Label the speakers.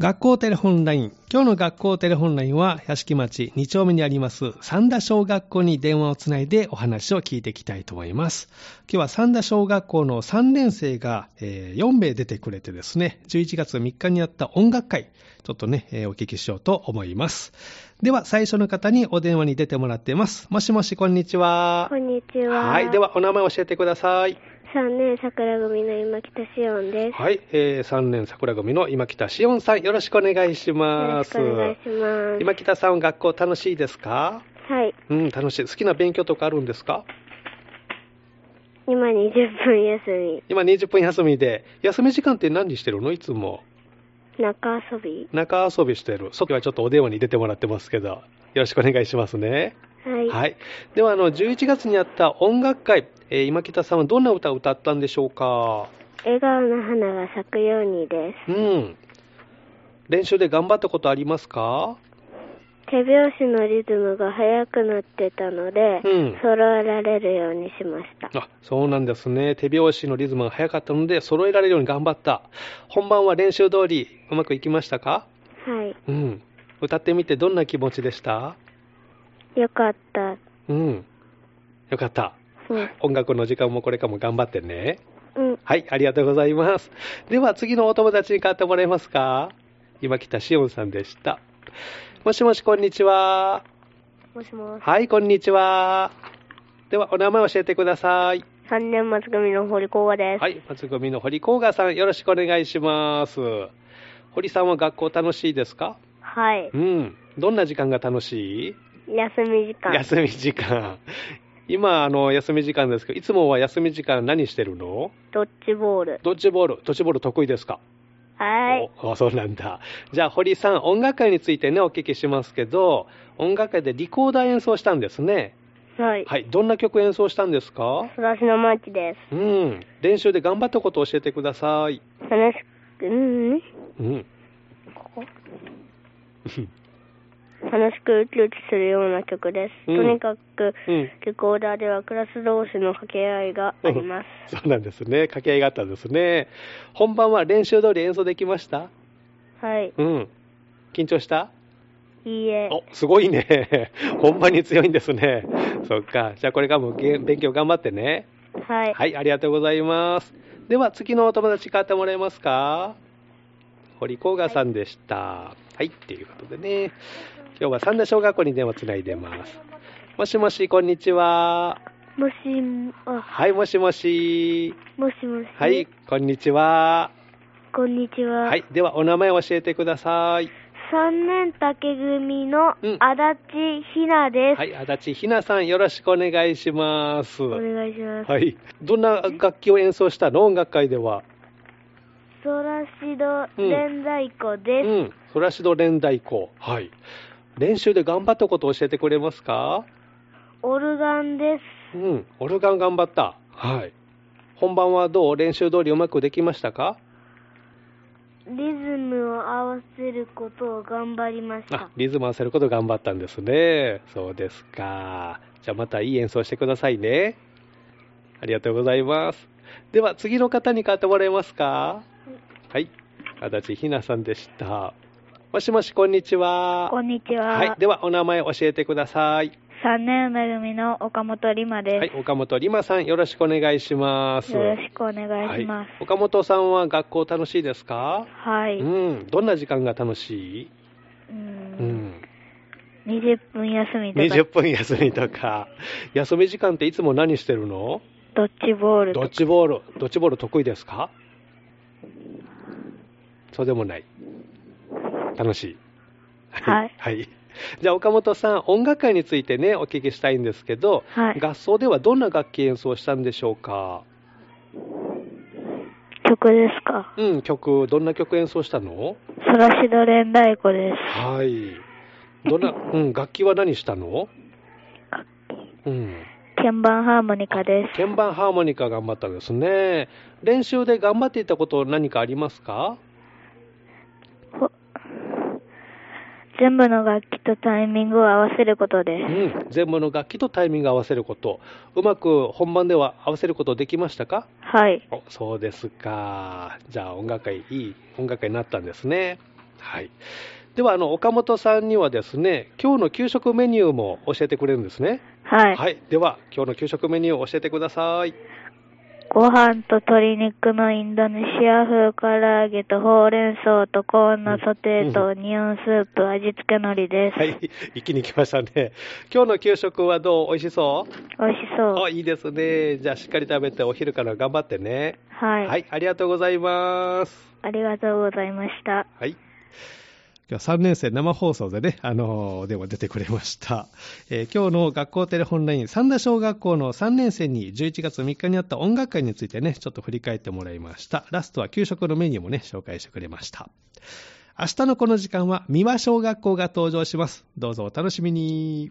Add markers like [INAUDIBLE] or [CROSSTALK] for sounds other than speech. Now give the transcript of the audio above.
Speaker 1: 学校テレホンライン。今日の学校テレホンラインは、屋敷町2丁目にあります、三田小学校に電話をつないでお話を聞いていきたいと思います。今日は三田小学校の3年生が、えー4名出てくれてですね、11月3日にあった音楽会、ちょっとね、えーお聞きしようと思います。では、最初の方にお電話に出てもらっています。もしもし、こんにちは。
Speaker 2: こんにちは。
Speaker 1: はい。で。は、お名前教えてください。
Speaker 2: 3年桜組の今北志音です。
Speaker 1: はい、えー、3年桜組の今北しおんさん、よろしくお願いし
Speaker 2: よろ
Speaker 1: ま
Speaker 2: し
Speaker 1: す。
Speaker 2: くお願いします。
Speaker 1: 今北さん、学校楽しいですか
Speaker 2: はい。
Speaker 1: うん、楽しい。好きな勉強とかあるんですか
Speaker 2: 今20分休
Speaker 1: 今20分休みで、休み時間って何してるのいつも。
Speaker 2: み。中遊び。
Speaker 1: 中遊びしてる。そっはちょっとお電話に出てもらってますけど、よろしくお願いしますね。
Speaker 2: はい。
Speaker 1: では、あの、11月にあった音楽会、えー今北さんはどんな歌を歌ったんでしょうか
Speaker 2: 笑顔の花が咲くようにで
Speaker 1: うん。練習で頑張ったことありますか
Speaker 2: す。手拍子のリズムが速くなってたので、
Speaker 1: うん
Speaker 2: 揃えられるようにしました。
Speaker 1: あそうなんですね、手拍子のリズムが速かったので、揃えられるように頑張った、本番は練習通り、うまくいきましたか、
Speaker 2: はい。
Speaker 1: うん、歌ってみて、どんな気持ちでした、
Speaker 2: よかった。
Speaker 1: うん、よかった、
Speaker 2: うん。
Speaker 1: 音楽の時間もこれからも頑張ってね。
Speaker 2: うん。
Speaker 1: はい、ありがとうございます。では、次のお友達に変わってもらえますか今来たしおんさんでした。もしもし、こんにちは。
Speaker 2: もしもし。
Speaker 1: はい、こんにちは。では、お名前を教えてください。
Speaker 2: 3年松組の堀高和で
Speaker 1: はい、松組の堀甲賀さん、よろしくお願いします。堀さんは学校楽しいですか
Speaker 2: はい。
Speaker 1: うん。どんな時間が楽しい
Speaker 2: 休み時
Speaker 1: 休み時間。今、あの、休み時間ですけど、いつもは休み時間何してるの
Speaker 2: ドッジボール。
Speaker 1: ドッジボール、ドッジボール得意ですか
Speaker 2: は。
Speaker 1: おおそうなんだ。じゃあ、堀さん、音楽会についてね、お聞きしますけど、音楽会でリコーダー演奏したんですね。
Speaker 2: はい。
Speaker 1: はい。どんな曲演奏したんですか
Speaker 2: 育ちのマーチです。
Speaker 1: うん。練習で頑張ったことを教えてください。
Speaker 2: 楽しく、うん、
Speaker 1: うん。
Speaker 2: ここ楽しくウキウキするような曲です。
Speaker 1: うん
Speaker 2: とにかく、
Speaker 1: うん。
Speaker 2: リコーダーではクラス同士の掛け合いがあります。
Speaker 1: [LAUGHS] そうなんですね。掛け合いがあったんですね。本番は練習通り演奏できました
Speaker 2: はい。
Speaker 1: うん。緊張した
Speaker 2: いいえ。
Speaker 1: お、すごいね。 [LAUGHS] 本番に強いんですね。そっか。じゃあこれからもげ勉強頑張ってね。
Speaker 2: はい。
Speaker 1: はい、ありがとうございます。では、次のお友達変わってもらえますか堀甲賀さんでした。はい、っていうことでね。今日は三田小学校に電話つないでます。もしもし、こんにちは。
Speaker 2: もしも、あ、
Speaker 1: はい、もしもし。
Speaker 2: もしもし。
Speaker 1: はい、こんにちは。
Speaker 2: こんにちは。
Speaker 1: はい。、ではお名前を教えてください。
Speaker 2: 三年竹組の
Speaker 1: うん
Speaker 2: 足立ひなで
Speaker 1: はい、足立ひなさん、よろしくお願いします。 [LAUGHS] は
Speaker 2: 願いしま。
Speaker 1: い。どんな楽器を演奏したの音楽会では。
Speaker 2: ソラシド
Speaker 1: 連
Speaker 2: 太鼓
Speaker 1: う
Speaker 2: で
Speaker 1: ん。ソラシド連太鼓。はい。練習で頑張ったことを教えてくれますか
Speaker 2: オルガンです。
Speaker 1: うん。オルガン頑張った。はい。本番はどう練習通りうまくできましたか
Speaker 2: リズムを合わせることを頑張りまし
Speaker 1: あ
Speaker 2: た、。
Speaker 1: リズム合わせること頑張ったんですね。そうですか。じゃあまたいい演奏してくださいね。ありがとうございます。では次の方に変わってもらえますかはい。足立ひなさんでした。もしもし、こんにちは。
Speaker 2: んにち
Speaker 1: はい。では、お名前教えてください。
Speaker 2: 3年め組の岡本りま
Speaker 1: はい。岡本りまさん、よろしくお願いします。
Speaker 2: しくお願
Speaker 1: はい。岡本さんは学校楽しいですか
Speaker 2: は
Speaker 1: うん。どんな時間が楽しいうん。
Speaker 2: 20分休み
Speaker 1: 20分休みとか、休み時間っていつも何してるの
Speaker 2: ドッジボー
Speaker 1: ドッジボール、ドッジボール得意ですかそうでもない。楽しい。
Speaker 2: はい
Speaker 1: [LAUGHS] はい。じゃあ、岡本さん、音楽会についてね、お聞きしたいんですけど、
Speaker 2: はい
Speaker 1: 合奏ではどんな楽器演奏したんでしょうか
Speaker 2: 曲ですか
Speaker 1: うん、曲、どんな曲演奏したの
Speaker 2: ソラシド連太鼓で
Speaker 1: はい。どん
Speaker 2: [LAUGHS]
Speaker 1: な、うん、楽器は何したのうん。
Speaker 2: す鍵盤ハーモニカで
Speaker 1: 鍵盤ハーモニカ頑張ったんですね。練習で頑張っていたこと何かありますか
Speaker 2: すほ全部の楽器とタイミングを合わせることで
Speaker 1: う
Speaker 2: す
Speaker 1: ん。全部の楽器とタイミングを合わせること。うまく本番では合わせることできましたか
Speaker 2: はい
Speaker 1: お、そうですか。じゃあ音楽会、いい音楽会になったんですね。はい。では、あの、岡本さんにはですね、今日の給食メニューも教えてくれるんですね。
Speaker 2: はい。
Speaker 1: はい。では、今日の給食メニューを教えてください。
Speaker 2: ご飯と鶏肉のインドネシア風唐揚げとほうれん草とコーンのソテーとオニオンスープ、味付け海苔です。
Speaker 1: はい。一気に来ましたね。今日の給食はどう美味しそう
Speaker 2: 美味しそう。
Speaker 1: あ、いいですね。じゃあ、しっかり食べてお昼から頑張ってね。
Speaker 2: はい、
Speaker 1: ありがとうございます。
Speaker 2: ありがとうございました。
Speaker 1: はい。今日3年生生放送でね、あのーでも出てくれました。えー今日の学校テレホンライン、三田小学校の3年生に11月3日にあった音楽会についてね、ちょっと振り返ってもらいました。ラストは給食のメニューもね、紹介してくれました。明日のこの時間は、三輪小学校が登場します。どうぞお楽しみに。